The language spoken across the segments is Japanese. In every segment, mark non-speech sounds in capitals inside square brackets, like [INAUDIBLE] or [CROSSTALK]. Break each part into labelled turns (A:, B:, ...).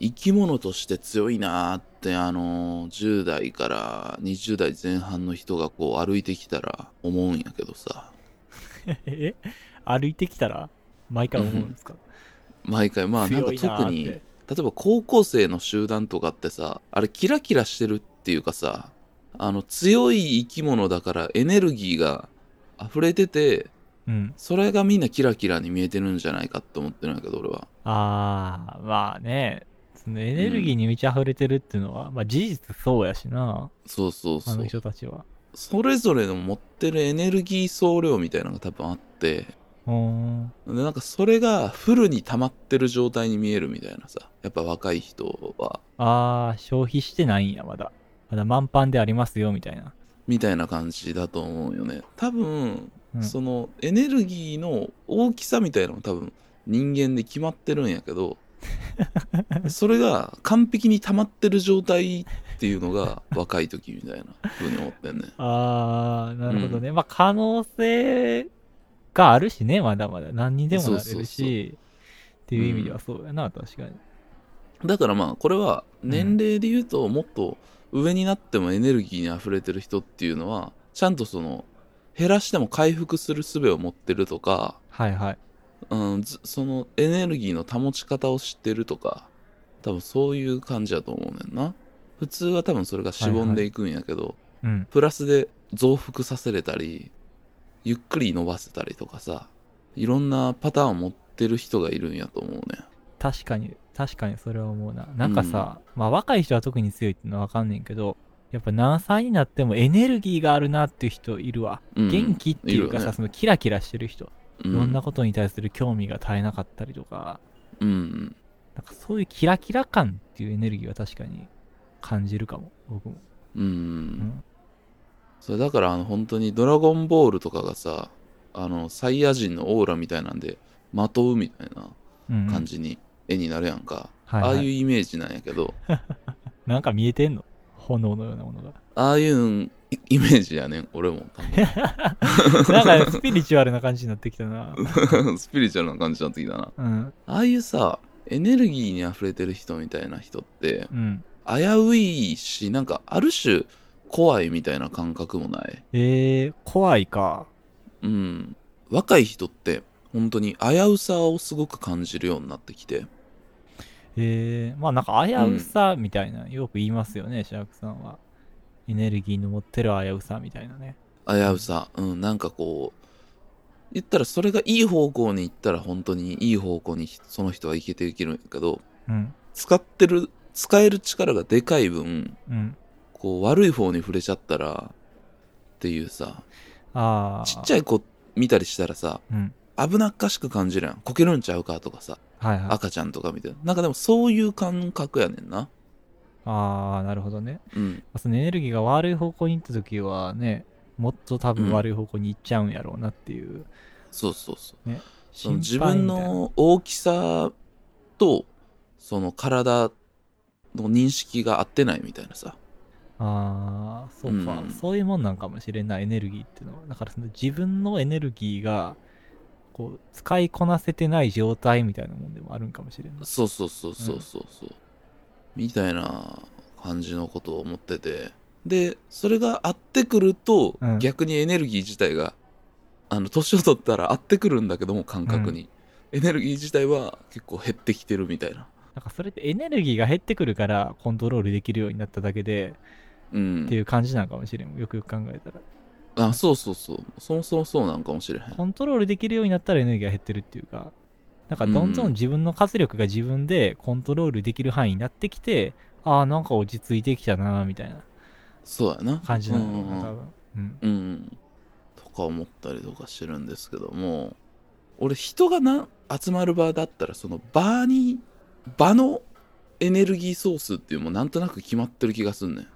A: 生き物として強いなーって、あのー、10代から20代前半の人がこう歩いてきたら思うんやけどさ、
B: [LAUGHS] え歩いてきたら毎回思うんですか
A: 毎回、まあなんか
B: 強いな
A: 特
B: ー
A: に、
B: っ
A: 例
B: て。
A: えば高校生の集団とかってさ、あれキラキラしてるっていうかさ、あの、強い生き物だからエネルギーが溢れてて、
B: うん。
A: それがみんなキラキラに見えてるんじゃないかって思ってるんやけど、俺は。
B: あー、まあね。そのエネルギーに満ち溢れてるっていうのは、まあ事実そうやしな。
A: そうそうそ
B: あ
A: う
B: の。人たちは。
A: それぞれの持ってるエネルギー総量みたいなのが多分あって、
B: うーん。
A: でなんかそれがフルに溜まってる状態に見えるみたいなさ。やっぱ若い人は、
B: あー、消費してないんや、まだ。まだ満帆でありますよ、みたいな。
A: みたいな感じだと思うよね。多分、
B: うん
A: そのエネルギーの大きさみたいなのも多分人間で決まってるんやけ
B: [LAUGHS]
A: ど、それが完璧に溜まってる状態っていうのが若い時みたいな風に思ってんね。
B: あー、なるほどね。まあ可能性があるしね、まだまだ。何にでもなれるし。
A: そうそうそう
B: っていう意味ではそうやな、確かに。
A: だからまあこれは年齢で言うともっと上になってもエネルギーに溢れてる人っていうのはちゃんとその減らしても回復する術を持ってるとか、
B: はいはい。
A: うん、ずそのエネルギーの保ち方を知ってるとか多分そういう感じだと思うねんな普通は多分それがしぼんでいくんやけど、
B: うん。
A: プラスで増幅させれたりゆっくり伸ばせたりとかさいろんなパターンを持ってる人がいるんやと思うね
B: 確かに、確かにそれは思うな。なんかさ、まあ若い人は特に強いっていうのはわかんねんけど、やっぱ何歳になってもエネルギーがあるなっていう人いるわ。
A: うん
B: 元気っていうか
A: いる
B: さ、
A: よね
B: そのキラキラしてる人、
A: うん
B: いろんなことに対する興味が絶えなかったりとか、
A: うん
B: なんかそういうキラキラ感っていうエネルギーは確かに感じるかも、僕も。
A: うん、
B: ん
A: それだからあの本当に「ドラゴンボール」とかがさあのサイヤ人のオーラみたいなんでまとうみたいな
B: うん、
A: 感じに絵になるやんか、
B: はいはい
A: ああいうイメージなんやけど
B: なんか見えてんの炎のようなも
A: [LAUGHS]
B: のが。
A: ああいうんイイメージやねん俺も多
B: なんかスピリチュアルな感じになってきたな。
A: 分 [LAUGHS] スピリチュアルな感じになってきたな
B: うん。
A: ああいうさエネルギーに溢れてる人みたいな人って
B: うん。
A: 危ういしなんかある種怖いみたいな感覚もない
B: えー、怖いか。
A: うん若い人って本当に危うさをすごく感じるようになってきて
B: えー、まあなんか危うさみたいな、よく言いますよね、シャークさんは。エネルギーの持ってる危うさみたいなね。
A: 危うさうんなんかこう言ったらそれがいい方向に行ったら本当にいい方向にその人は行けていけるんやけど
B: うん。
A: 使ってる使える力がでかい分
B: うん。
A: こう悪い方に触れちゃったらっていうさ
B: ああ。
A: ちっち
B: ゃい。
A: ゃい子見たりしたらさ
B: うん。
A: 危なっかしく感じるやんこけるんちゃうかとかさ
B: はいはい。あ
A: 赤ちゃんとかみたいななんかでもそういう感覚やねんな
B: あー、なるほどね。
A: うん
B: そのエネルギーが悪い方向に行った時はね、もっと多
A: うん
B: 分悪い方向に行っちゃうんやろうなっていう。
A: そうそうそうその
B: 心
A: 自
B: 配
A: 分
B: みたいな。
A: の大きさとその体の認識が合ってないみたいなさ
B: ああ、そうか、
A: うん
B: そういうもんなんかもしれんない、エネルギーっていうのは。だからその自分のエネルギーが、こう、使いこなせてない状態みたいなもんでもあるんかもしれない。
A: そうそうそうそうそうそう、みたいな感じのことを思っててでそれが合ってくると、
B: うん
A: 逆にエネルギー自体があの年を取ったら合ってくるんだけども感覚に、エネルギー自体は結構減ってきてるみたいな
B: なんかそれってエネルギーが減ってくるからコントロールできるようになっただけで
A: う
B: ってい
A: ん
B: う感じなんかもしれん。よくよく考えたら。
A: あそうそうそうそもそもそうなんかもしれへん
B: コントロールできるようになったらエネルギーが減ってるっていうか、なんかどんど
A: うん
B: ん自分の活力が自分でコントロールできる範囲になってきて、ああ、なんか落ち着いてきたなーみたいな
A: そうやな
B: 感じなの
A: うん
B: かな、多分。うん。
A: うんうんとか思ったりとかしてるんですけども俺人がな集まる場だったらその場に場のエネルギーソースっていうのもなんとなく決まってる気がすんねん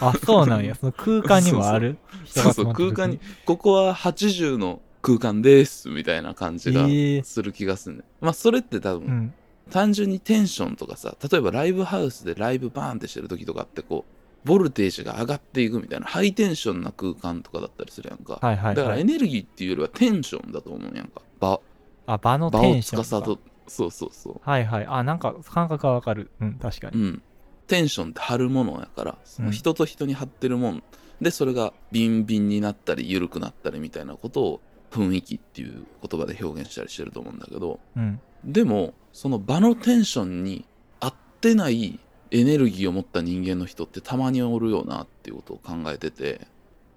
B: あ、そうなん
A: [LAUGHS]
B: や。その空間にもある。人
A: そう
B: が
A: そ
B: 集
A: う
B: まった時
A: 空間に。ここは80の空間ですみたいな感じが
B: ええ
A: する気がすんねん、まあそれって多
B: う
A: 分
B: ん。
A: 単純にテンションとかさ例えばライブハウスでライブバーンってしてる時とかってこうボルテージが上がっていくみたいなハイテンションな空間とかだったりするやんか、
B: はいはい、
A: だから
B: は
A: エ
B: い。
A: ネルギーっていうよりはテンションだと思うやんか場
B: あ、場の
A: 場
B: テ
A: を
B: ンション
A: 司
B: とか。
A: とそうそうそ
B: はいはい。あ、なんか感覚はわかる。うん、確か
A: う。
B: に。
A: うん。テンションって張るものやから、その人と人に張ってるもん。で、それがビンビンになったり、緩くなったりみたいなことを雰囲気っていう言葉で表現したりしてると思うんだけど、
B: うん。
A: でも、その場のテンションに合ってないエネルギーを持った人間の人ってたまにおるよなっていうことを考えてて、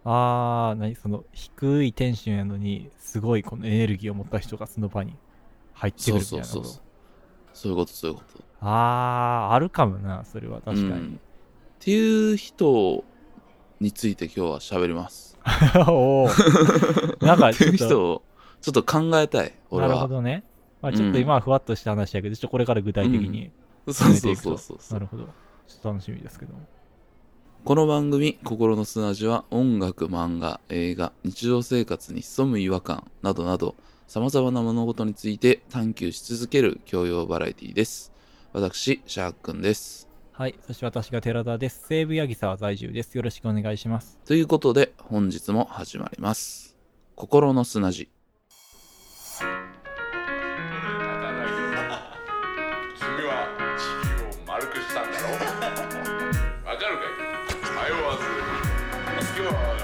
B: あー、何その、低いテンションやのに、すごいこのエネルギーを持った人がその場に入って
A: そ
B: くる
A: う
B: みたい
A: そう
B: なこと。
A: そうそう。そういうこと、そういうこと。
B: あー、あるかもな、それは確か
A: うんっ
B: に。
A: ていう人について今日は喋ります。
B: [LAUGHS] お
A: [LAUGHS]
B: ーなんか
A: って
B: ち
A: いう
B: ょっと、
A: 人をちょっと考えたい、俺
B: なる
A: は
B: ほ。どね。まあ、ちょっと今はふわっとした話やけど、ちょっとこれから具体的に。
A: そうそうそうそうそ
B: な
A: う。
B: るほど。ちょっと楽しみですけども。
A: この番組「心の砂地」は音楽漫画映画日常生活に潜む違和感などなどさまざまな物事について探求し続ける教養バラエティです私シャークンです
B: はい。そして私が寺田です。西部八木沢在住です。よろしくお願いします。
A: ということで本日も始まります「心の砂地
C: 働いてる君は地球を丸くしたんだろわかるかい迷わず今日はわかる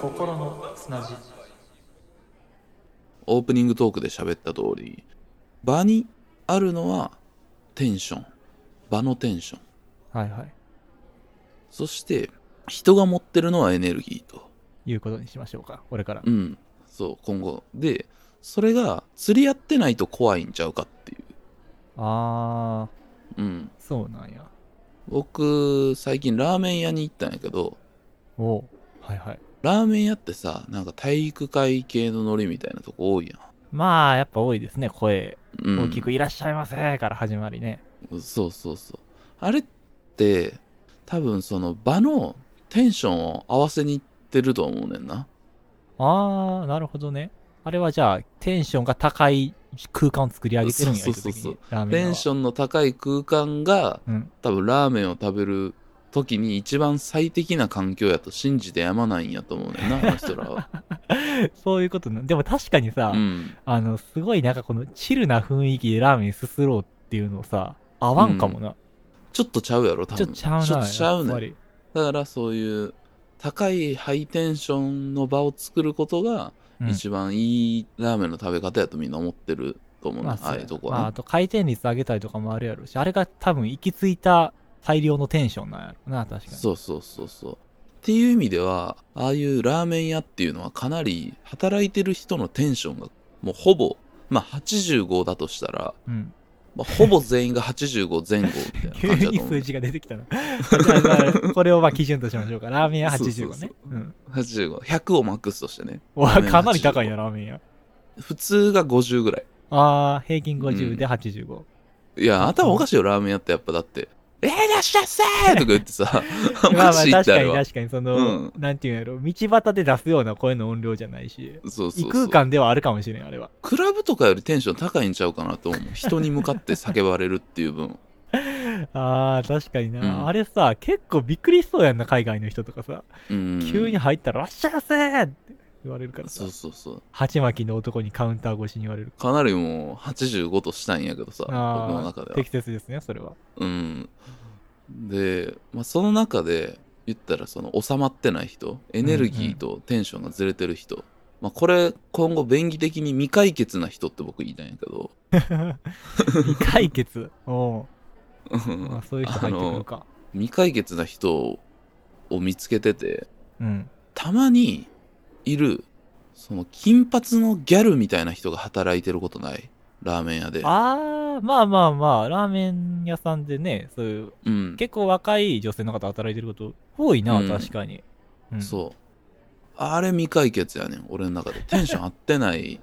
B: 心のつなじ。」
A: オープニングトークで喋った通り場にあるのはテンション場のテンション
B: はいはい。
A: そして人が持ってるのはエネルギーと
B: いうことにしましょうか。これから
A: う。ん。そう、今後。で、それが釣り合ってないと怖いんちゃうかってい
B: あー、
A: う。うん。
B: そうなんや。
A: 僕、最近ラーメン屋に行ったんやけど、
B: おうはいはい。
A: ラーメン屋ってさ、なんか体育会系のノリみたいなとこ多いや
B: まあ、やっぱ多いですね。声。
A: ん。うん、
B: 大きくいらっしゃいませから始まりね。
A: そうそうそう。あれって、多分その場のテンションを合わせに行ってると思うねんな。
B: あー、なるほどね。あれはじゃあ、テンションが高い空間を作り上げてるんや、
A: そうそうそうそう
B: 意図的にラーメン
A: テンシ
B: ョン
A: ョンの高い空間が、
B: うん。
A: 多分ラーメンを食べる時に一番最適な環境やと信じてやまないんやと思う
B: [LAUGHS]
A: ねんな、あの人らは。
B: そういうことな。でも確かにさ、
A: うん。
B: あの、すごいなんかこのチルな雰囲気でラーメンすすろうっていうのさ、合わんかもな。
A: ちょっとちゃうやろ、多分。
B: ちょっとちゃうな。
A: ちょっとちゃう
B: やっぱ
A: ねん。
B: り
A: だからそういう高いハイテンションの場を作ることが
B: うん
A: 一番いいラーメンの食べ方やとみんな思ってると思うね、
B: まあ、
A: あ、あいう
B: そ
A: と
B: う
A: こ
B: まあ、あ
A: は、
B: と回転率上げたりとかもあるやろうし、あれが多分行き着いた大量のテンションなんやろうな、確かに。
A: そうそうそうそう。っていう意味では、ああいうラーメン屋っていうのはかなり働いてる人のテンションがもうほぼ、まあ85だとしたら、
B: うん。
A: まあ、ほぼ全員が85前後みたいな
B: [LAUGHS] 急
A: 感じだ
B: に
A: と思う
B: 数。字が出てきたな。じゃあじゃあこれをまあ基準としましょうか。ラーメン屋85ね。
A: そうそうそ
B: うん。
A: 85。100をマックスとしてね。
B: わ
A: ラーメン屋
B: かなり高いな、ラーメン屋。
A: 普通が50ぐらい。
B: あー、平均50で85。
A: いや、頭おかしいよ、ラーメン屋ってやっぱだ
B: [LAUGHS]
A: って。えー、いらっしゃいませーとか言ってさ、お
B: ま
A: か
B: あまあ
A: しいっ
B: 確
A: てあ
B: か
A: れ
B: に
A: は。
B: 確かに、その、
A: う
B: なんていうんやろ、道端で出すような声の音量じゃないし。
A: そうそう
B: 異
A: そ
B: 空
A: う。
B: 間ではあるかもしれん、あれは。
A: クラブとかよりテンション高いんちゃうかなと思う。人に向かって叫ばれるっていう分。
B: ああ、確かにな、
A: うん
B: あれさ、結構びっくりしそうやんな、海外の人とかさ。
A: うん。
B: [LAUGHS] 急に入ったら、らっしゃいませーって言われるからさ
A: そう。そうそう。
B: 鉢巻きの男にカウンター越しに言われる。
A: かなりもう85としたいんやけどさ、僕の
B: あ
A: 中で
B: あ、
A: は。
B: 適切ですね、それは。
A: うん。で、まあ、その中で、言ったらその収まってない人、エネルギーとテンションがずれてる人。まあ、これ、今後、便宜的に未解決な人って僕言いたいんやけど。
B: 未解決。おうまあ、そういう人
A: あ
B: 入ってく
A: の
B: るか。
A: [LAUGHS] 未解決な人を見つけてて、
B: うん。
A: たまにいる、その金髪のギャルみたいな人が働いてることないラーメン屋で。
B: ああ、まあまあまあ、ラーメン屋さんでね、そういう、
A: うん。
B: 結構若い女性の方働いてること多いな、
A: うん
B: 確かに。うん、
A: そう。あれ未解決やねん、俺の中で。テンション合って
B: [LAUGHS]
A: ない。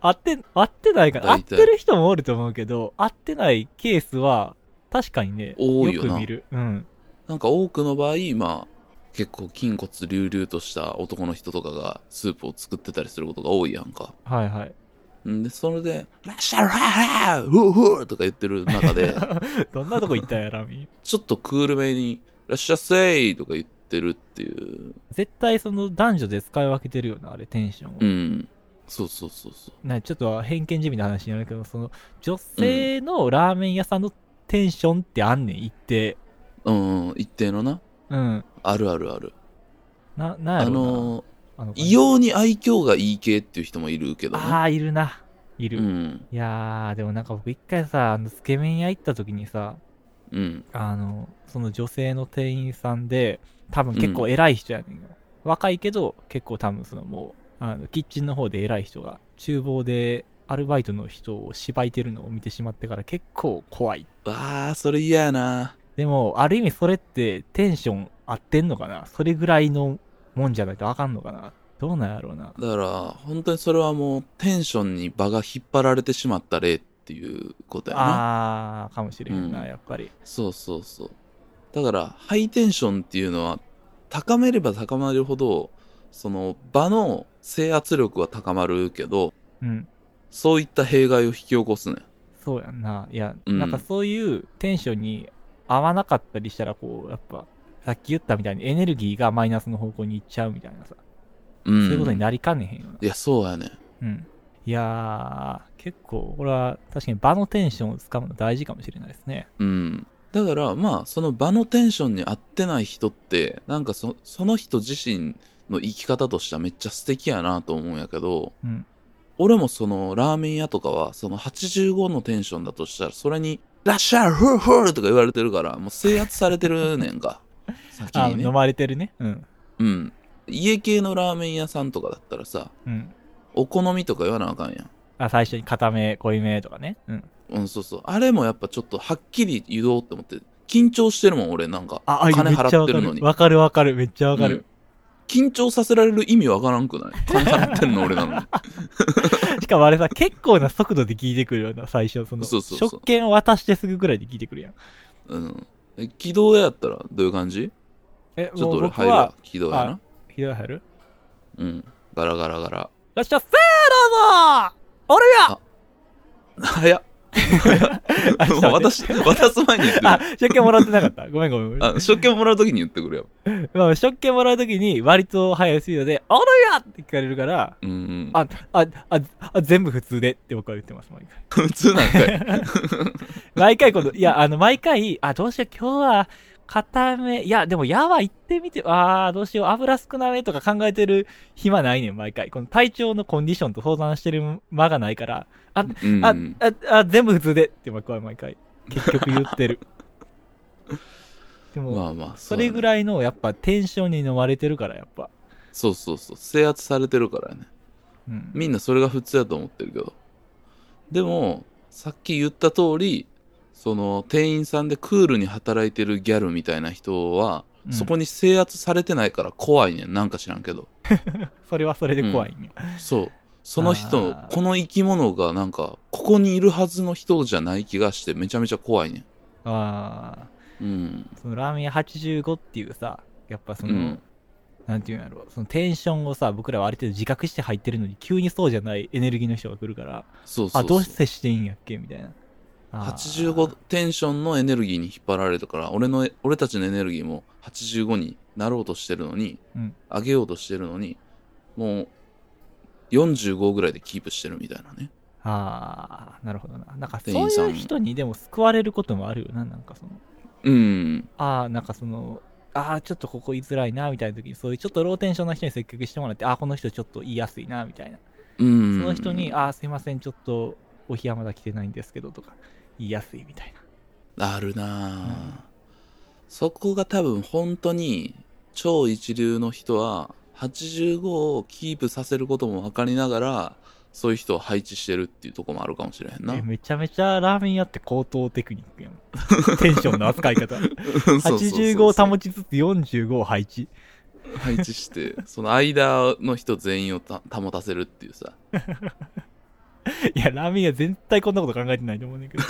B: 合って、合ってないから、合っ
A: 大
B: て
A: 体
B: る人もおると思うけど、合ってないケースは、確かにね、
A: 多いよな
B: く見る。うん。
A: なんか多くの場合、まあ、結構筋骨隆々とした男の人とかがスープを作ってたりすることが多いやんか。
B: はいはい。
A: んで、それで、ラッシャーラーフーフーとか言ってる中で、
B: [LAUGHS] どんなとこ行ったんや、ラミ。
A: ちょっとクールめに、らっしゃいせーとか言っってるっていう。
B: 絶対その男女で使い分けてるよな、あれ、テンションを。
A: うん。そうそうそうそう。
B: なちょっと偏見じみな話になるけど、その、女性のラーメン屋さんのテンションってあんねん、一定。
A: うん、一定のな。
B: うん。
A: あるあるある。
B: な、なん
A: あ
B: やろうな。
A: の、
B: あの感
A: 異
B: じ
A: 様に愛嬌がいい系っていう人もいるけどね。
B: ああ、いるな。いる。
A: う
B: い
A: ん。
B: やー、でもなんか僕一回さ、あの、つけ麺屋行った時にさ、
A: うん。
B: あの、その女性の店員さんで、多分結構偉い人やねんよ。若いけど、結構多分そのもう、あの、キッチンの方で偉い人が、厨房でアルバイトの人を芝居てるのを見てしまってから結構怖い。
A: わあ、それ嫌やな。
B: でも、ある意味それってテンション合ってんのかなそれぐらいのもんじゃないとあかんのかなどうなんやろうな。
A: だから、本当にそれはもう、テンションに場が引っ張られてしまった例っていうことやな。
B: あー、かもしれへんな、
A: うん
B: やっぱり。
A: そうそうそう。だから、ハイテンションっていうのは、高めれば高まるほど、その場の制圧力は高まるけど、
B: うん。
A: そういった弊害を引き起こすね。
B: そうやんな。いや、
A: うん
B: なんかそういうテンションに合わなかったりしたら、こう、やっぱ、さっき言ったみたいにエネルギーがマイナスの方向に行っちゃうみたいなさ、
A: うん。
B: そういうことになりかねへんよな。
A: いや、そうやね。
B: うん。いやー、結構、これは確かに場のテンションをつかむの大事かもしれないですね。
A: うん。だから、まあ、その場のテンションに合ってない人って、なんかそその人自身の生き方としてはめっちゃ素敵やなと思うんやけど、
B: うん
A: 俺もそのラーメン屋とかは、その85のテンションだとしたら、それに、らっしゃい、フーフーとか言われてるから、もう制圧されてるねん
B: [LAUGHS]
A: か。先
B: あ、
A: に
B: 飲
A: ね。
B: まれてるね。うん。
A: うん。家系のラーメン屋さんとかだったらさ、
B: うん。
A: お好みとか言わなあかんやん。
B: あ、最初に固め、濃いめとかね。うん。
A: うん、そうそう。あれもやっぱちょっとはっきり言おうって思って、緊張してるもん、俺なんか。
B: あ、あ、
A: 金
B: めっちゃ
A: 払っ
B: わ
A: て
B: か
A: るのに
B: る。。わかるわかる。めっちゃわかる。
A: 緊張させられる意味わからん
B: [LAUGHS]
A: くない金払ってんの俺なのに。
B: しかもあれさ、結構な速度で聞いてくるような、最初。その、
A: そうそうそう
B: 食券を渡してすぐぐらいで聞いてくるやん。
A: うん。え軌道屋やったらどういう感じ
B: え、
A: ちょっと
B: もう
A: 俺
B: 僕
A: 入るわ
B: は、。
A: 軌道やな
B: あ。ひどい入る
A: うん。ガラガラガラ。
B: よっしゃ、せーのぞ俺や
A: 早
B: [LAUGHS]
A: っ。
B: あちょっと待
A: 渡
B: っ
A: し、渡す前に言ってく
B: あ
A: れ。、
B: 食券もらってなかった。ごめんごめんごめん。
A: あ、食券もらうときに言ってくれよ。
B: まあ、食券もらうときに、割と速いスピードで、俺やって聞かれるから、
A: うんうん。
B: あ、あ、あ、あ全部普通でって僕は言ってます、毎回。
A: 普通なんか
B: [LAUGHS]
A: い。
B: 毎回この、いや、あの、毎回、あ、どうしよう、今日は、固め、いや、でも、やは行ってみて、あー、どうしよう、油少なめとか考えてる暇ないねん、毎回。この体調のコンディションと相談してる間がないから、
A: うんう
B: あ
A: ん、。
B: あ、あ、全部普通でって僕は毎回、結局言ってる。でも、
A: まあまあ、
B: それぐ
A: い。
B: らいの、やっぱ、テンションに飲まれてるから、やっぱ。
A: そうそうそう。制圧されてるからね。
B: うん。
A: みんなそれが普通だと思ってるけど。でも、さっき言った通り、その店員さんでクールに働いてるギャルみたいな人は、
B: うん
A: そこに制圧されてないから怖いねん。なんか知らんけど。
B: それはそれで怖いね。
A: そう。その人
B: あ、ー
A: この生き物がなんか、ここにいるはずの人じゃない気がして、めちゃめちゃ怖いね
B: あ
A: ん。うん。
B: ーそのラーメン屋85っていうさ、やっぱその、
A: うん
B: なんていうんやろそのテンションをさ、僕らはある程度自覚して入ってるのに、急にそうじゃないエネルギーの人が来るから、
A: そうそうそう。
B: あ、どう接していいんやっけみたいな。あー
A: 85テンションのエネルギーに引っ張られたから俺の俺たちのエネルギーも85になろうとしてるのに、
B: うん
A: 上げようとしてるのにもう45ぐらいでキープしてるみたいなね
B: あー、なるほどな。なんか
A: 店
B: そう
A: 員さん
B: いう人にでも救われることもあるよな、なんかその。
A: うん
B: あー、なんかその、あー、ちょっとここ言いづらいな、みたいな時に、そういうちょっとローテンションな人に接客してもらって、あー、この人ちょっと言いやすいな、みたいな。
A: うん
B: その人に、あー、すいません、ちょっとお日山だ来てないんですけど、とか、言いやすいみたいな。
A: あるなあ、
B: うん
A: そこが多分本当に超一流の人は85をキープさせることも分かりながらそういう人を配置してるっていうところもあるかもしれへんな [LAUGHS]
B: え。めちゃめちゃラーメン屋って高等テクニックやん。 [LAUGHS] テンションの扱い
A: [LAUGHS]
B: 方。85を保
A: ち
B: ちつつ45を配置。
A: 配置 [LAUGHS] して、その間の人全員をた保たせるっていうさ。
B: いや、ラーメン屋全体こんなこと考えてないと思う
A: [LAUGHS]
B: ねんけど。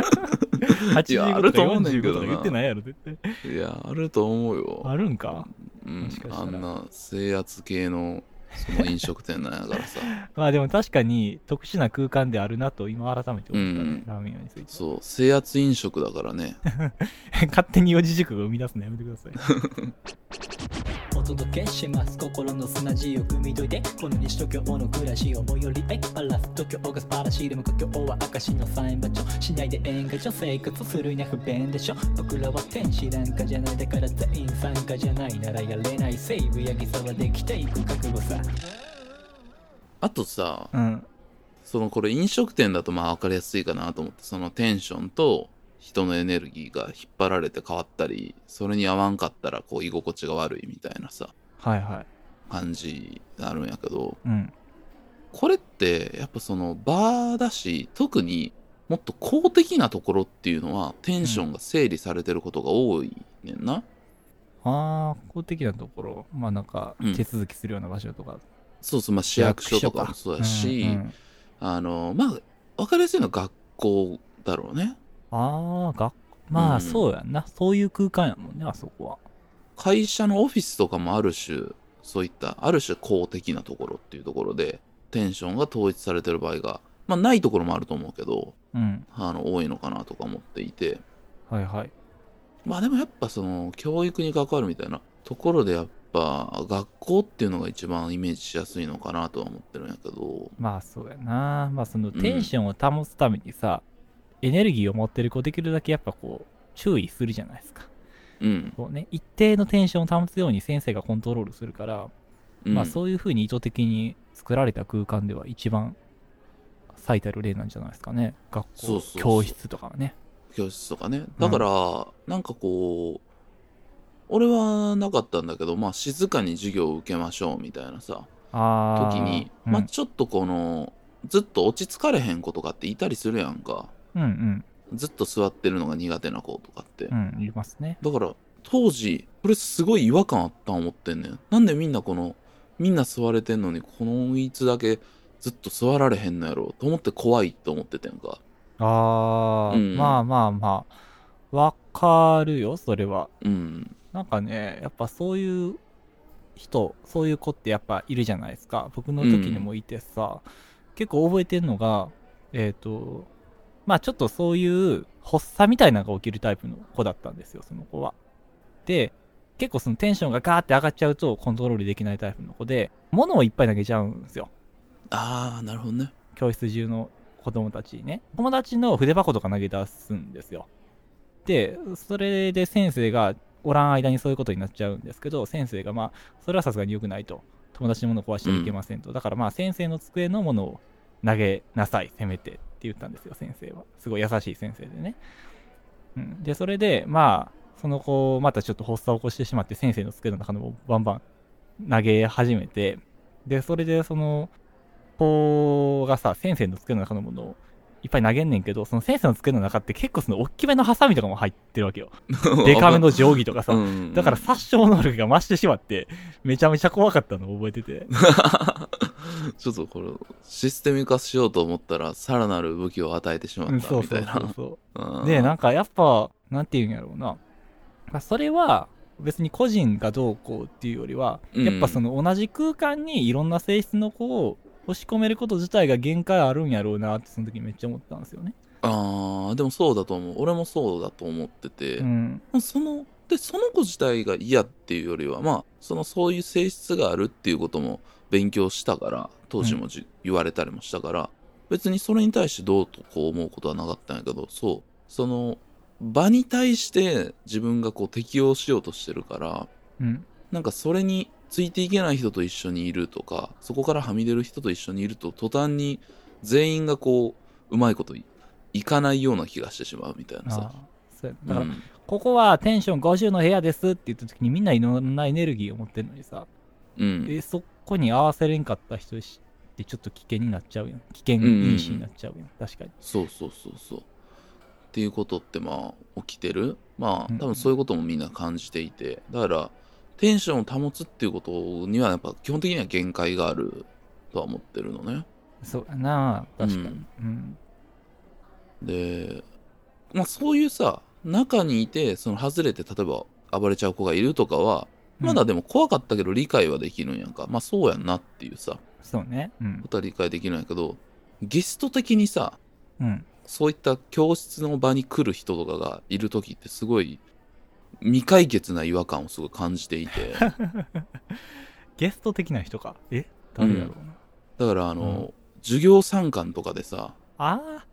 A: いやあ
B: 85
A: る
B: とか
A: と思うねんけ
B: 45
A: どな
B: とか言ってないやろ、絶対。
A: いや、あると思うよ。
B: あるんか
A: うん
B: もしかし、たら
A: あんな制圧系のその飲食店なんやからさ [LAUGHS]
B: まあでも確かに特殊な空間であるなと今改めて思った
A: う
B: ね、
A: ん
B: ラーメン屋について
A: そう制圧飲食だからね
B: [LAUGHS] 勝手に四字熟語を生み出すのやめてください
D: お届けします心の砂地を汲み解いてこの西東京の暮らしを最寄りへパラス東京が素晴らしいでも故郷は証のサイン場所しないで演歌所生活するには不便でしょ僕らは天使なんかじゃないだから全員参加じゃないならやれないセーブやぎさはできていく覚悟さ
A: あとさ
B: うん
A: そのこれ飲食店だとまあ分かりやすいかなと思ってそのテンションと人のエネルギーが引っ張られて変わったりそれに合わんかったらこう居心地が悪いみたいなさ
B: はいはい
A: 感じになるんやけど
B: うん
A: これってやっぱそのバーだし特にもっと公的なところっていうのはテンションが整理されてることが多いねんな、
B: ああ公的なところまあなんか
A: うん
B: 手続きするような場所とか、
A: そうそうまあ市役所とかもそうだし、
B: うんうん
A: あのまあ分かりやすいのは学校だろうね
B: ああ学ま
A: う
B: あ
A: ん
B: そうやんな、そういう空間やもんねあそこは
A: 会社のオフィスとかもある種そういったある種公的なところっていうところでテンションが統一されてる場合がまあないところもあると思うけど
B: うん
A: あの多いのかなとか思っていて
B: はいはい
A: まあでもやっぱその教育に関わるみたいなところでやっぱ学校っていうのが一番イメージしやすいのかなとは思ってるんやけど
B: まあそうやなまあその
A: うん
B: テンションを保つためにさ、エネルギーを持ってる子できるだけやっぱこう注意するじゃないですか
A: うん、
B: こうね一定のテンションを保つように先生がコントロールするから、
A: うん、
B: まあそういうふうに意図的に作られた空間では一番最たる例なんじゃないですかね学校
A: そうそうそう
B: 教室とかはね
A: 教室とかねだから、なんかこう俺はなかったんだけどまあ静かに授業を受けましょうみたいなさ
B: ああ
A: 時に
B: うん、
A: まあちょっとこのずっと落ち着かれへん子とかっていたりするやんか
B: うんうん
A: ずっと座ってるのが苦手な子とかって、
B: うんいますね
A: だから当時これすごい違和感あったん思ってんねんなんでみんなこのみんな座れてんのにこのいつだけずっと座られへんのやろと思って怖いと思っててんか
B: ああ、
A: うん
B: まあまあまあわかるよそれは
A: うん
B: なんかねやっぱそういう人そういう子ってやっぱいるじゃないですか僕の時にもいてさ、結構覚えてるのがえっ、とまあちょっとそういう発作みたいなのが起きるタイプの子だったんですよその子はで結構そのテンションがガーって上がっちゃうとコントロールできないタイプの子で物をいっぱい投げちゃうんですよ
A: ああなるほど [LAUGHS] ね
B: 教室中の子供たちにね友達の筆箱とか投げ出すんですよでそれで先生がおらん間にそういうことになっちゃうんですけど先生がまあそれはさすがに良くないと友達のものを壊してはいけませんと、だからまあ先生の机のものを投げなさいせめてって言ったんですよ先生はすごい優しい先生でね、うん、でそれでまあその子またちょっと発作を起こしてしまって先生の机の中のもバンバン投げ始めてでそれでその子がさ、先生の机の中のものをいっぱい投げんねんけど、その先生の机の中って結構その大きめのハサミとかも入ってるわけよ。デカめの定規とかさ。
A: ん
B: だから殺傷能力が増してしまって、めちゃめちゃ怖かったのを覚え
A: [LAUGHS]
B: てて。
A: [LAUGHS] ちょっとこれシステム化しようと思ったらさらなる武器を与えてしま
B: うん
A: った
B: そう
A: み
B: そ
A: たいう
B: そう
A: な
B: そう。
A: うん
B: で、なんかやっぱ、なんていうんやろうな。まあそれは、別に個人がどうこうっていうよりは、
A: うん
B: やっぱその同じ空間にいろんな性質の子を押し込めること自体が限界あるんやろうなってその時めっちゃ思ったんですよね。
A: ああでもそうだと思う俺もそうだと思ってて、
B: うん。
A: まあそのでその子自体が嫌っていうよりはまあそのそういう性質があるっていうことも勉強したから当時もじ、言われたりもしたから別にそれに対してどうとこう思うことはなかったんやけどそうその場に対して自分がこう適応しようとしてるから
B: うん。
A: なんかそれについていけない人と一緒にいるとかそこからはみ出る人と一緒にいると途端に全員がこううまいこといいかないような気がしてしまうみたいな
B: あ
A: さ
B: あ。そうやだから、
A: うん
B: ここはテンション50の部屋ですって言った時にみんないろんなエネルギーを持ってるのにさ、
A: うん
B: えそこに合わせれんかった人ってちょっと危険になっちゃうやん危険因子になっちゃうやん、確かに
A: そうそうそうそう。っていうことってまあ起きてるま
B: うん
A: あ多分そういうこともみんな感じていてだからテンションを保つっていうことにはやっぱ基本的には限界があるとは思ってるのね。
B: そうやな確かにうん、
A: でまあそういうさ中にいてその外れて例えば暴れちゃう子がいるとかはまだでも怖かったけど理解はできるんやんか。まあそうやんなっていうさ、
B: そうね。うん
A: こ。とは理解できるんやけど、ゲスト的にさ、
B: うん。
A: そういった教室の場に来る人とかがいる時ってすごい未解決な違和感をすごい感じてい
B: [LAUGHS]
A: て、だ
B: ゲスト的な人か。え誰だろうな。
A: からあの、
B: う
A: 授業参観とかでさ、
B: ああ、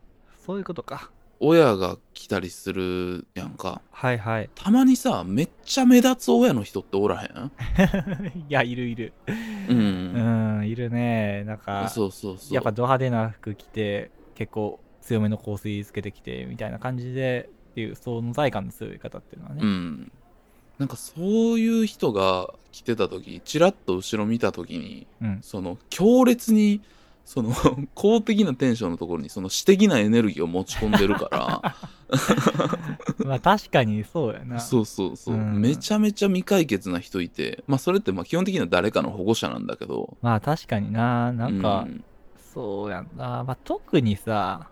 B: そういうことか。
A: 親が来たりするやんか。
B: はいはい。
A: たまにさ、めっちゃ目立つ親の人っておらへん
B: [LAUGHS] いや、いるいる。
A: う。
B: うんん、いるね。なんか、
A: そうそうそう。
B: やっぱド派手な服着て、結構強めの香水つけてきて、みたいな感じで、っていう存在感の強い方っていうのはね。
A: うん。なんかそういう人が来てた時、ちらっと後ろ見た時に、
B: うん
A: その強烈に、その [LAUGHS] 公的なテンションのところにその私的なエネルギーを持ち込んでる
B: [LAUGHS]
A: か
B: まあ確かにそうやな。
A: らそうそうそう、
B: うん
A: めちゃめちゃ未解決な人いてまあそれってまあ基本的には誰かの保護者なんだけど
B: まあ確かにな。なんか、
A: うん
B: そうやんな。まあ特にさ、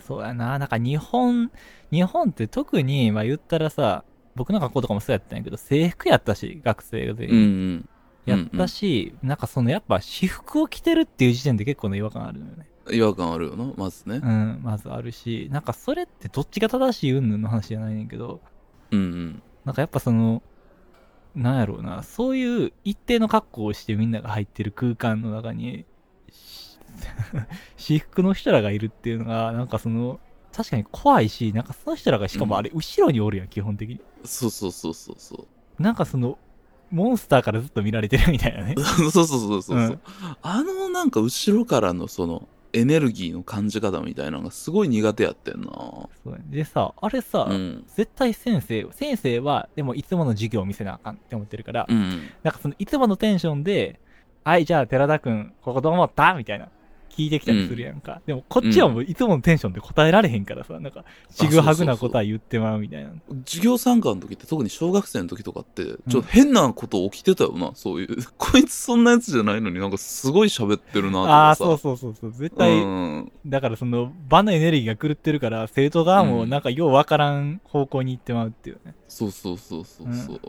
B: そうやな。なんか日本、日本って特に、まあ言ったらさ、僕の学校とかもそうやったんやけど、制服やったし、学生が全
A: うんう
B: 員。
A: ん
B: やったし、なんかそのやっぱ私服を着てるっていう時点で結構の違和感あるのよね。
A: 違和感あるよなまずね
B: うん、まずあるし、なんかそれってどっちが正しい云々の話じゃないねんけど、
A: うんうん
B: なんかやっぱその、なんやろうな、そういう一定の格好をしてみんなが入ってる空間の中に、 [LAUGHS] し私服の人らがいるっていうのが、なんかその、確かに怖いし、なんかその人らがしかもあれ後ろにおるやん、基本的に。
A: そうそうそうそうそう [LAUGHS]
B: なんかその、モンスターからずっと見られてるみたいなね。
A: [LAUGHS] そうそうそうそうそう、
B: うん
A: あのなんか後ろからのそのエネルギーの感じ方みたいなのがすごい苦手やってんな
B: そうでさ、あれさ、
A: うん
B: 絶対先生、先生は、でもいつもの授業を見せなあかんって思ってるから、
A: うん
B: なんかそのいつものテンションで、はい、じゃあ寺田くん、ここどう思ったみたいな。聞いてきたりするやんか。でもこっちはもういつものテンションで答えられへんからさ、なんか、ちぐはぐな答え言ってまうみたいな。
A: 授業参観の時って特に小学生の時とかってちょっと変なこと起きてたよな、そういう [LAUGHS] こいつそんなやつじゃないのになんかすごい喋ってるなとかさ
B: ああー、そうそうそうそう。絶対、
A: うん、
B: だからその場のエネルギーが狂ってるから、生徒側もなんかようわからん方向に行ってまうっていうね。
A: そうそうそうそうそう、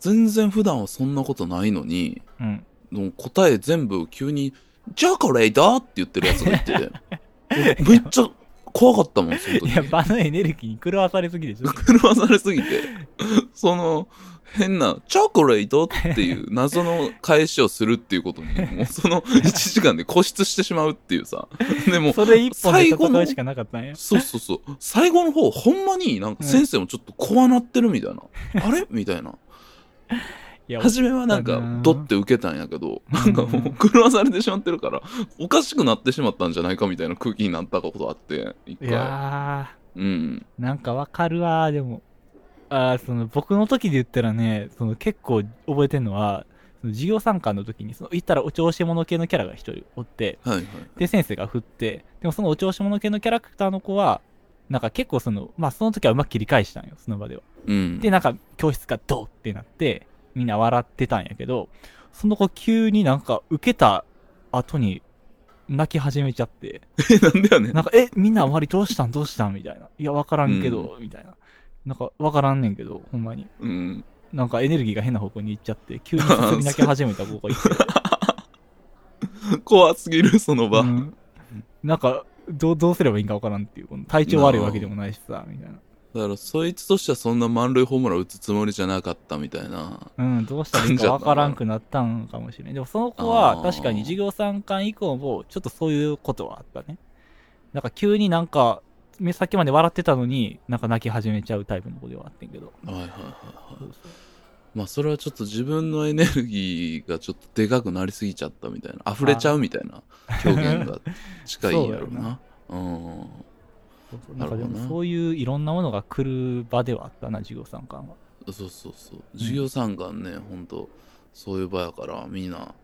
A: 全然普段はそんなことないのに
B: うん。
A: もう答え全部急に「じゃあこれだ!」って言ってるやつがいて
B: [LAUGHS]
A: めっちゃ怖かったもんその時
B: いや、場のエネルギーに狂わされすぎでしょ。
A: 狂わされすぎて、その、変な、チョコレートっていう謎の返しをするっていうことに、もうその1時間で固執してしまうっていうさ。でも、
B: それ一本で
A: 最後の
B: 戦うしかなかったんや。
A: そうそうそう。最後の方、ほんまになんか先生もちょっと怖なってるみたいな。あれみたいな。
B: いや、
A: 初めはなん
B: 思ったな
A: か
B: あ、
A: ドって受けたんやけど、なんかもう狂わされてしまってるから、おかしくなってしまったんじゃないかみたいな空気になったことあって、一
B: い
A: 回。
B: やー。
A: うん。
B: なんかわかるわー、でも。あーその僕の時で言ったらね、その結構覚えてるのは、その授業参観の時に、その言ったらお調子者系のキャラが一人おって、
A: はいはい。
B: で先生が振って、でもそのお調子者系のキャラクターの子は、なんか結構その、まあその時はうまく切り返したんよ、その場では。
A: うん。
B: で、なんか教室がドーってなって、みんな笑ってたんやけど、その子急になんか受けた後に泣き始めちゃって、
A: なんでやねん。
B: [LAUGHS] なんか、え、みんな周りどうしたんどうしたんみたいな。いや、わからんけど、みたいな。なんか、わからんねんけど、ほんまに。
A: うん。
B: なんかエネルギーが変な方向に行っちゃって、急に進み泣き始めた子が
A: [LAUGHS]
B: いて。
A: 怖すぎる、その場。
B: うんなんか、どう、どうすればいいんかわからんっていう。この体調悪いわけでもないしさ、みたいな。
A: だからそいつとしてはそんな満塁ホームラン打つつもりじゃなかったみたいな。
B: うん、どうしたらいいかわからんくなったんかもしれん。でもその子
A: あ
B: は
A: ー
B: 確かに授業参観以降もちょっとそういうことはあったね。なんか急になんか、目先まで笑ってたのに、なんか泣き始めちゃうタイプの子ではあってんけど。
A: はいはいはいはい。まあそれはちょっと自分のエネルギーがちょっとでかくなりすぎちゃったみたいな。溢れちゃうみたいな表現が近いんやろう [LAUGHS] な。うん。
B: そうそう
A: な
B: な
A: る
B: ん
A: ほ
B: か
A: ど
B: で
A: な
B: もそういういろんなものが来る場ではあったな、授業参観は。
A: そうそうそう。授業参観ね、ほんと、そういう場やからみんな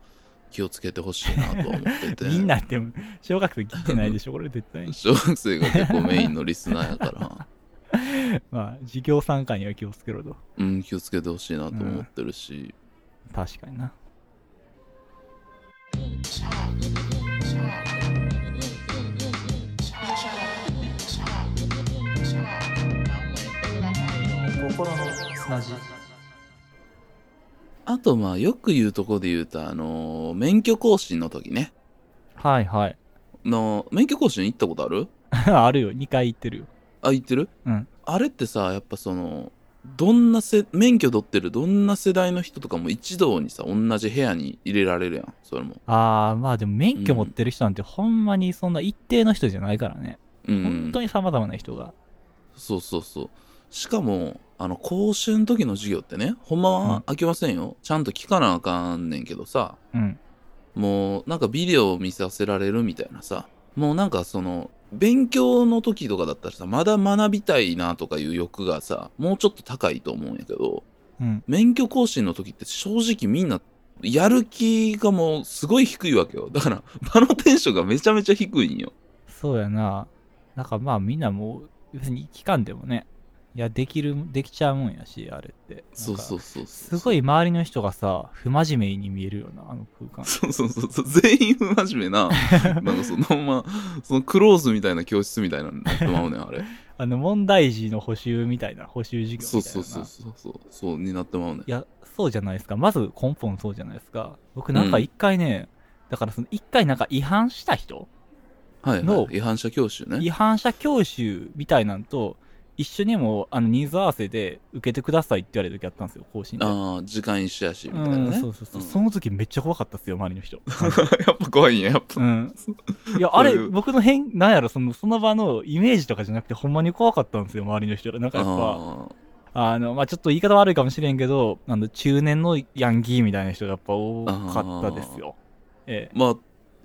A: 気をつけてほしいなとは思ってて。
B: みんなって、小学生聞いてない
A: [LAUGHS]
B: でしょ、これ絶対。
A: 小学生が結構メインのリスナーやから、
B: まあ、授業参観には気をつけろと。
A: うん、気をつけてほしいなと思ってるし。
B: 確かにな。
D: 心の砂地
A: あとまあよく言うとこで言うとあのー免許更新の時ね
B: はいはい。 [LAUGHS]
A: の免許更新行ったことある
B: あるよ。2回行ってるよ。
A: あ行ってる、
B: うん
A: あれってさやっぱそのどんなせ免許取ってるどんな世代の人とかも一堂にさ同じ部屋に入れられるやんそれも
B: ああ、まあでも免許
A: うん
B: 持ってる人なんてほんまにそんな一定の人じゃないからね。
A: うん
B: 本当に様々な人が。
A: そうそうそうしかもあの講習の時の授業ってねほんま
B: うん
A: は開けませんよ、ちゃんと聞かなあかんねんけどさ
B: うん。
A: もうなんかビデオを見させられるみたいなさもうなんかその勉強の時とかだったらさまだ学びたいなとかいう欲がさもうちょっと高いと思うんやけど
B: うん。
A: 免許更新の時って正直みんなやる気がもうすごい低いわけよだから場のテンションがめちゃめちゃ低いんよ
B: そうやな。なんかまあみんなもう、別に期間でもね。いや、できる、できちゃうもんやし、あれって。
A: そう
B: なんか
A: そうそうそ
B: す
A: う
B: ごい周りの人がさ、不真面目に見えるよな、あの
A: [LAUGHS]
B: 空間。
A: そうそうそうそう全員不真面目な
B: [LAUGHS]
A: なんかそのままそのクローズみたいな教室みたいなのになってまうね
B: [LAUGHS]
A: んあれ
B: あの、問題児の補習みたいな、補習授業みたいな
A: そうそ
B: な。
A: うそうそうそうそうになってまうねん
B: いや、そうじゃないですか。まず根本そうじゃないですか。僕なんか一回ね、だからその一回なんか違反した人
A: はい、は
B: の
A: い、違反者教習ね
B: 違反者教習みたいなんと、一緒にもうあの人数合わせで受けてくださいって言われる時あったんですよ、更新で。
A: ああ時間一緒やしみ
B: う、
A: たいなんね、
B: そうそうそう、
A: ん
B: その時めっちゃ怖かったっすよ、周り
A: [LAUGHS]
B: の人。
A: やっぱ怖いんややっぱ、
B: うん。 [LAUGHS] いや、あれ、
A: そういう
B: 僕の変、なんやろ、その、その場のイメージとかじゃなくて、ほんまに怖かったんですよ、周りの人ら。なんかやっぱ、
A: ああ
B: あの、まあ、ちょっと言い方悪いかもしれんけど、あの、中年のヤンキーみたいな人がやっぱ多かったですよ。ええ。
A: まあ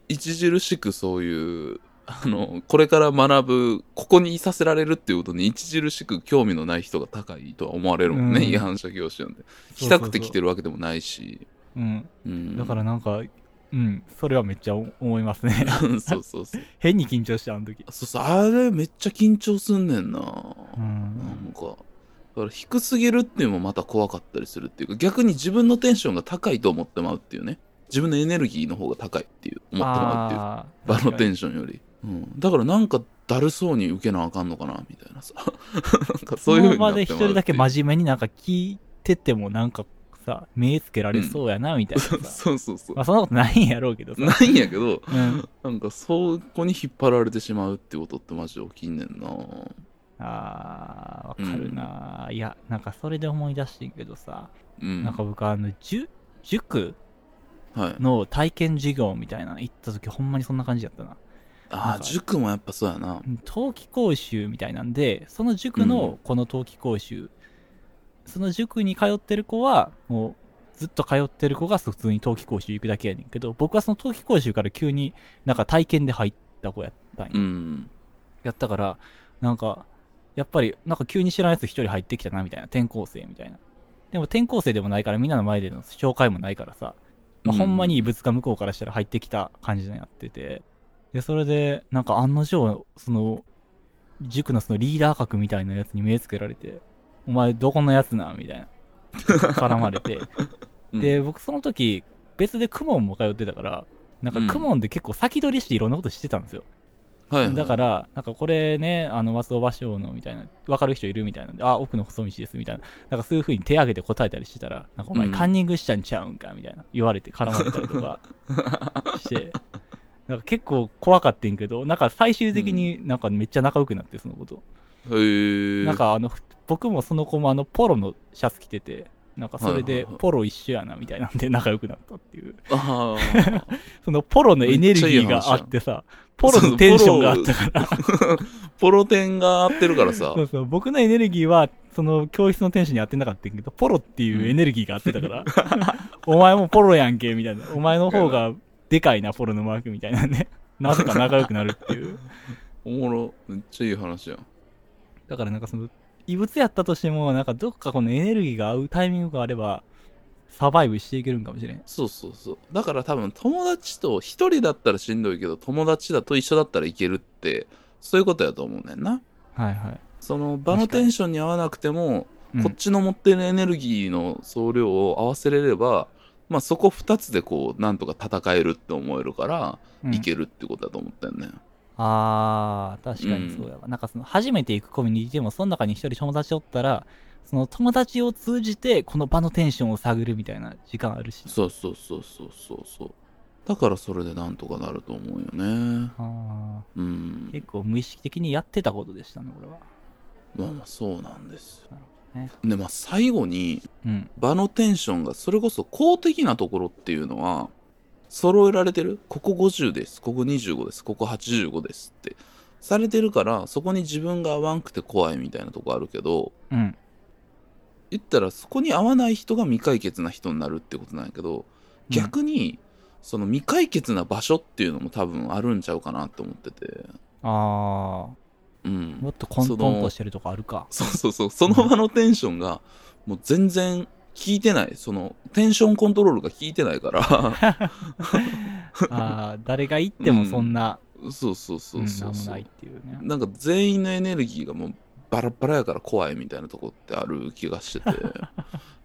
A: 著しくそういうあのこれから学ぶここにいさせられるっていうことに著しく興味のない人が高いとは思われるもんね、
B: うん
A: 違反者教習なんで
B: そ
A: 来
B: うそうそう
A: たくて来てるわけでもないし
B: うん。
A: うん
B: だからなんか、うん、それはめっちゃお思いますね。
A: [LAUGHS]
B: [LAUGHS]
A: そうそうそう
B: 変に緊張した、あの時。
A: そうそうあれめっちゃ緊張すんねんな、
B: う
A: なん
B: ん。
A: かだから低すぎるっていうのもまた怖かったりするっていうか逆に自分のテンションが高いと思ってまうっていうね自分のエネルギーの方が高いっていう思ってまうっていう
B: あー
A: 場のテ
B: 確
A: ンションより、うん、だからなんかだるそうに受けなあかんのかなみたいなさ [LAUGHS] なんかそういう
B: か
A: ふう
B: にそ
A: になって
B: の場で一人だけ
A: まうっていう
B: 真面目になんか聞いてても、なんかさ、目つけられそうやな、みたいなさ。
A: そうそうそう
B: まあ、そんなことないんやろうけどさ。
A: ないんやけど
B: うん。
A: なんかそこに引っ張られてしまうってことってマジで起きんねんな
B: あー、わかるな、いや、なんかそれで思い出してんけどさ、
A: うん
B: なんか僕、あの、じゅ塾
A: はい
B: の体験授業みたいなの行った時ほんまにそんな感じだったな
A: ああ塾もやっぱそうやな
B: うん冬季講習みたいなんでその塾のこの冬季講習、その塾に通ってる子はもうずっと通ってる子が普通に冬季講習行くだけやねんけど僕はその冬季講習から急になんか体験で入った子やったんや,、
A: うん
B: やったからなんかやっぱりなんか急に知らんやつ一人入ってきたなみたいな転校生みたいなでも転校生でもないからみんなの前での紹介もないからさまあ
A: うん
B: ほんまに異物が向こうからしたら入ってきた感じになってて、で、それで、なんか案の定、その、塾のそのリーダー格みたいなやつに目つけられて、お前どこのやつなみたいな。絡まれて。
A: うん
B: で、僕その時、別でクモンも通ってたから、なん
A: うん
B: かクモンで結構先取りしていろんなことしてたんですよ。
A: はいはい、
B: だから、なんかこれね、あの、松尾芭蕉のみたいな、わかる人いるみたいなんで、あ、奥の細道ですみたいな、なんかそういう風に手挙げて答えたりしてたら、なんかお前
A: うん
B: カンニングしちゃんちゃうんかみたいな、言われて絡まれたりとかして、なんか結構怖かってんけど、なんか最終的になんかめっちゃ仲良くなって、そのこと。
A: へえ
B: なんかあの、ふ僕もその子もあの、ポロのシャツ着てて、なんかそれ
A: はいはい
B: で
A: はい
B: ポロ一緒やなみたいなんで仲良くなったっていう。
A: ああ
B: そのポロのエネルギーがあってさ、ポロのテンションがあったから
A: ポロ [LAUGHS] テンが合ってるからさ
B: そうそう、僕のエネルギーは、その教室の天使に当てなかったけど、ポロっていうエネルギーがあってたから、 [LAUGHS] お前もポロやんけ、みたいな。お前の方がでかいな、ポロのマークみたいなね。 [LAUGHS] なぜか仲良くなるっていう。
A: おもろめっちゃいい話やん
B: だからなんかその、異物やったとしても、なんかどっかこのエネルギーが合うタイミングがあれば、サバイブしていけるんかもしれん。
A: そうそうそうだから多分友達と一人だったらしんどいけど友達だと一緒だったらいけるってそういうことやと思うねんな
B: はいはい。
A: その場の
B: 確か
A: テ
B: に
A: ンションに合わなくても、
B: うん
A: こっちの持ってるエネルギーの総量を合わせれればまあそこ2つでこうなんとか戦えるって思えるから、
B: うん
A: いけるってことだと思ったよね
B: あー、確かにそうやわ。なんかその、初めて行くコミュニティでも、その中に一人友達おったら、その友達を通じてこの場のテンションを探るみたいな時間あるし
A: そうそうそうそうそうそうだからそれでなんとかなると思うよね
B: あ
A: うん
B: ー結構無意識的にやってたことでしたね俺は
A: まあまあそうなんですよ
B: なるほどね
A: でまあ最後に
B: うん
A: 場のテンションがそれこそ公的なところっていうのは揃えられてるここ50ですここ25ですここ85ですってされてるからそこに自分が合わんくて怖いみたいなとこあるけど
B: うん
A: 言ったらそこに合わない人が未解決な人になるってことなんやけど逆にその未解決な場所っていうのも多分あるんちゃうかなと思っててう
B: ああ
A: ん
B: もっと混沌としてるとこあるか
A: そうそうそう。その場のテンションが、もう全然効いてない。その、テンションコントロールが効いてない
B: [LAUGHS]
A: から。
B: あー誰が行ってもそんな、
A: そうそう
B: う
A: そ
B: ん
A: うそ
B: な
A: うん
B: も
A: そ
B: ないうっ。ていうね
A: なんか全員のエネルギーがもうバラバラやから怖いみたいなとこってある気がしてて。
B: [LAUGHS]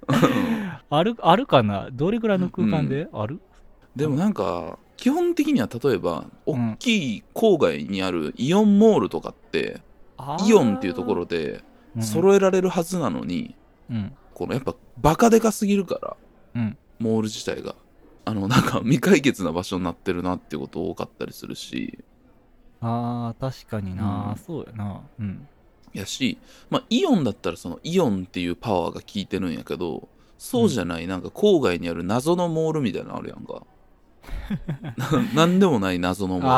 B: あるあるかなどれぐらいの空間で、ある
A: でもなんか、基本的には例えば、
B: ん
A: 大きい郊外にあるイオンモールとかって、
B: あ
A: イオンっていうところで
B: ろ
A: 揃えられるはずなのに、
B: うん
A: このやっぱバカでかすぎるから、
B: うん
A: モール自体があのなんか未解決な場所になってるなっていうこと多かったりするし
B: あー確かに
A: う
B: な、
A: ん
B: そうやなうん
A: やし、まあ、イオンだったらそのイオンっていうパワーが効いてるんやけどそうじゃないなんか郊外にある謎のモールみたいなのあるやん
B: [LAUGHS]
A: かななんでもない謎のモールみ
B: あ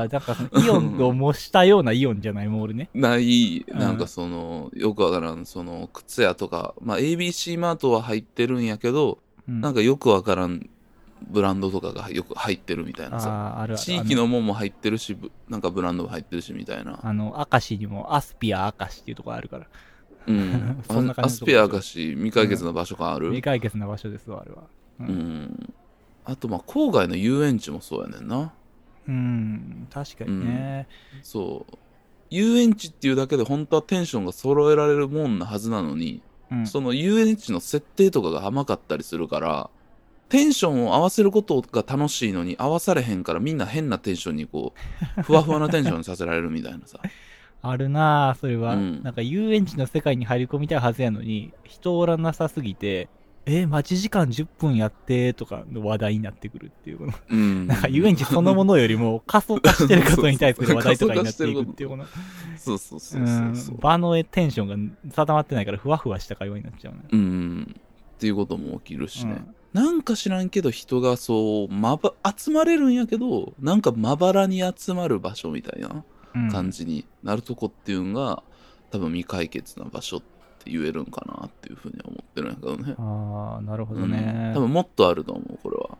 A: た
B: あ
A: いな
B: だからイオンと模したようなイオンじゃないモールね
A: ない
B: うん
A: なんかそのよくわからんその靴屋とか、まあ、ABC マートは入ってるんやけど
B: うん
A: なんかよくわからんブランドとかがよく入ってるみたいなさ
B: あーあるある
A: 地域のもんも入ってるしぶなんかブランドも入ってるしみたいな、
B: あの、明石にもアスピア明石っていうところあるから、
A: うん
B: [LAUGHS] そんな感
A: ア
B: じの
A: ス
B: とこ
A: ペアがし未解決の場所がある、うん
B: 未解決な場所ですわ、あれは。うん
A: あとまあ郊外の遊園地もそうやねんな
B: うん、確かにね。
A: そう遊園地っていうだけで本当はテンションが揃えられるもんなはずなのに、
B: うん
A: その遊園地の設定とかが甘かったりするからテンションを合わせることが楽しいのに合わされへんからみんな変なテンションにこうふわふわなテンションにさせられるみたいなさ
B: あるなあそれは、
A: うん
B: なんか遊園地の世界に入り込みたいはずやのに、人おらなさすぎて、え、待ち時間10分やって、とかの話題になってくるっていう、この、
A: うん
B: なんか遊園地そのものよりも仮想化してることに対する話題とかになっていくっていう、この、、
A: そうそうそううそうそうん
B: 場のテンションが定まってないから、ふわふわした会話になっちゃうね。
A: うん。っていうことも起きるしね。
B: うん
A: なんか知らんけど人がそう、まば、集まれるんやけど、なんかまばらに集まる場所みたいな
B: うん
A: 感じになるとこっていうのが、多分未解決な場所って言えるんかなっていうふうには思ってるんやけどね。
B: ああ、なるほど
A: う
B: ね。
A: ん多分もっとあると思う、これは。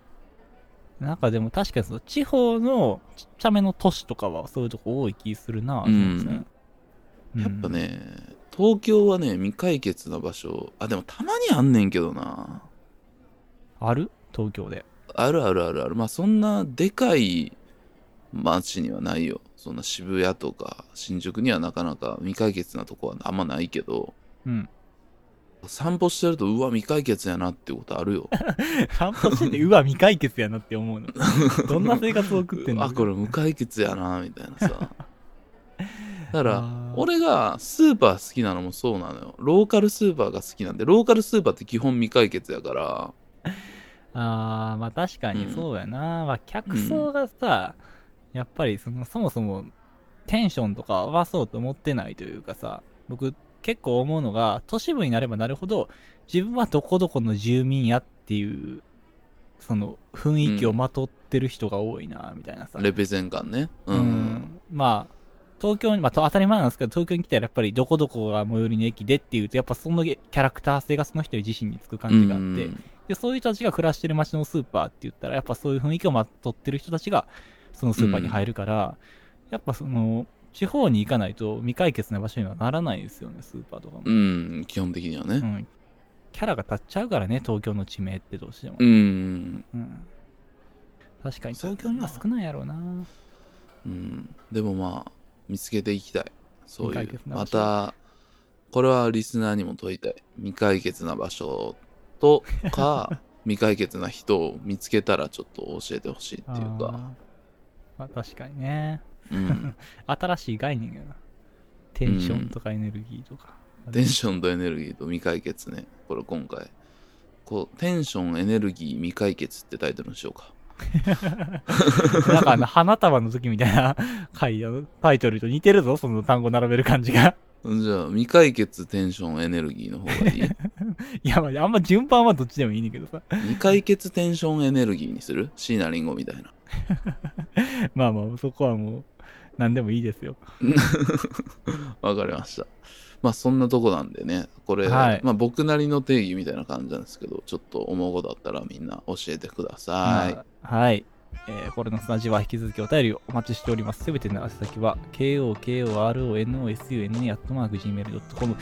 B: なんかでも確かにその地方のちっちゃめの都市とかはそういうとこ多い気するな、
A: うん
B: そうですね
A: やっぱ、ね、東京はね、未解決な場所、あ、でもたまにあんねんけどな。
B: うんある東京で。
A: あるあるあるある。まあそんなでかい街にはないよ。そんな渋谷とか新宿にはなかなか未解決なとこはあんまないけど、
B: うん。 [LAUGHS]
A: 散歩してると、うわ、未解決やなってことあるよ。
B: 散歩してて、うわ、未解決やなって思うの。どんな生活を送ってんの
A: あ、これ無解決やな、みたいな
B: [LAUGHS]
A: さ。だか
B: あ
A: ら、
B: ー
A: 俺がスーパー好きなのもそうなのよ。ローカルスーパーが好きなんで、ローカルスーパーって基本未解決やから、
B: あーまあ確かにそうやな。まあ客層がさ、やっぱりそのそもそもテンションとか合わそうと思ってないというかさ、僕結構思うのが、都市部になればなるほど、自分はどこどこの住民やっていう、その雰囲気をまとってる人が多いな、みたいなさ。
A: レペゼン感ね。う。
B: うんんまあ、東京に、まあと当たり前なんですけど、東京に来たらやっぱりどこどこが最寄りの駅でっていうと、やっぱそのキャラクター性がその人自身につく感じがあって、で、そういう人たちが暮らしてる街のスーパーって言ったら、やっぱそういう雰囲気をまとってる人たちが、そのスーパーに入るから、やっぱその、地方に行かないと未解決な場所にはならないですよね、スーパーとかも。
A: うん、うん基本的には
B: う
A: ね。
B: んキャラが立っちゃうからね、東京の地名ってどうしても。
A: うん
B: うん確かに東京には少ないやろうな。
A: うん、でもまあ見つけていきたいそうい
B: 未
A: う
B: 解決な場
A: ま
B: 所
A: たこれはリスナーにも問いたい未解決な場所と
B: [LAUGHS]
A: か未解決な人を見つけたらちょっと教えてほしいっていうか、
B: あー。まあ確かにね。
A: うん、
B: 新しい概念やな。テンションとかエネルギーとか。
A: テンションとエネルギーと未解決ね。これ今回。こう、テンション、エネルギー、未解決ってタイトルにしようか。
B: [LAUGHS] なんかあの、花束の時みたいな [LAUGHS] 回のタイトルと似てるぞ、その単語並べる感じが。
A: じゃあ、未解決、テンション、エネルギーの方が
B: [LAUGHS]
A: いい
B: いや、まああんま順番はどっちでもいいねんだけどさ。
A: 未解決、テンション、エネルギーにする椎名林檎みたいな。
B: まあまあ、そこはもう、何でもいいですよ。
A: わかりました。まあそんなとこなんでね、これ、
B: はい
A: まあ僕なりの定義みたいな感じなんですけど、ちょっと思うことあったらみんな教えてください。
B: まあはい。えー、これの砂地は引き続きお便りをお待ちしております。すべての宛先は、kokoroSUNE.gmail.com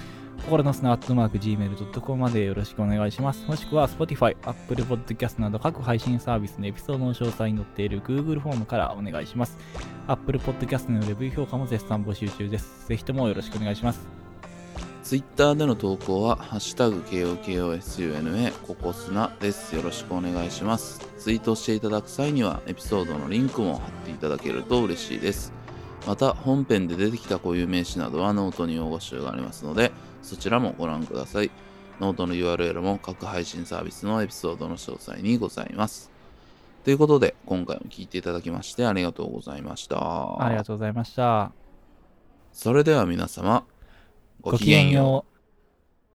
B: 心の砂 .gmail.com までよろしくお願いします。もしくは Spotify、Apple Podcast など各配信サービスのエピソードの詳細に載っている Google フォームからお願いします。Apple Podcast のレビュー評価も絶賛募集中です。ぜひともよろしくお願いします。
A: Twitter での投稿は、ハッシュタグ KOKOSUNA ここすなです。よろしくお願いします。ツイートしていただく際には、エピソードのリンクも貼っていただけると嬉しいです。また、本編で出てきた固有名詞などはノートに用語集がありますので、そちらもご覧ください。ノートの URL も各配信サービスのエピソードの詳細にございます。ということで、今回も聞いていただきましてありがとうございました。
B: ありがとうございました。
A: それでは皆様、
B: ごきげんよう。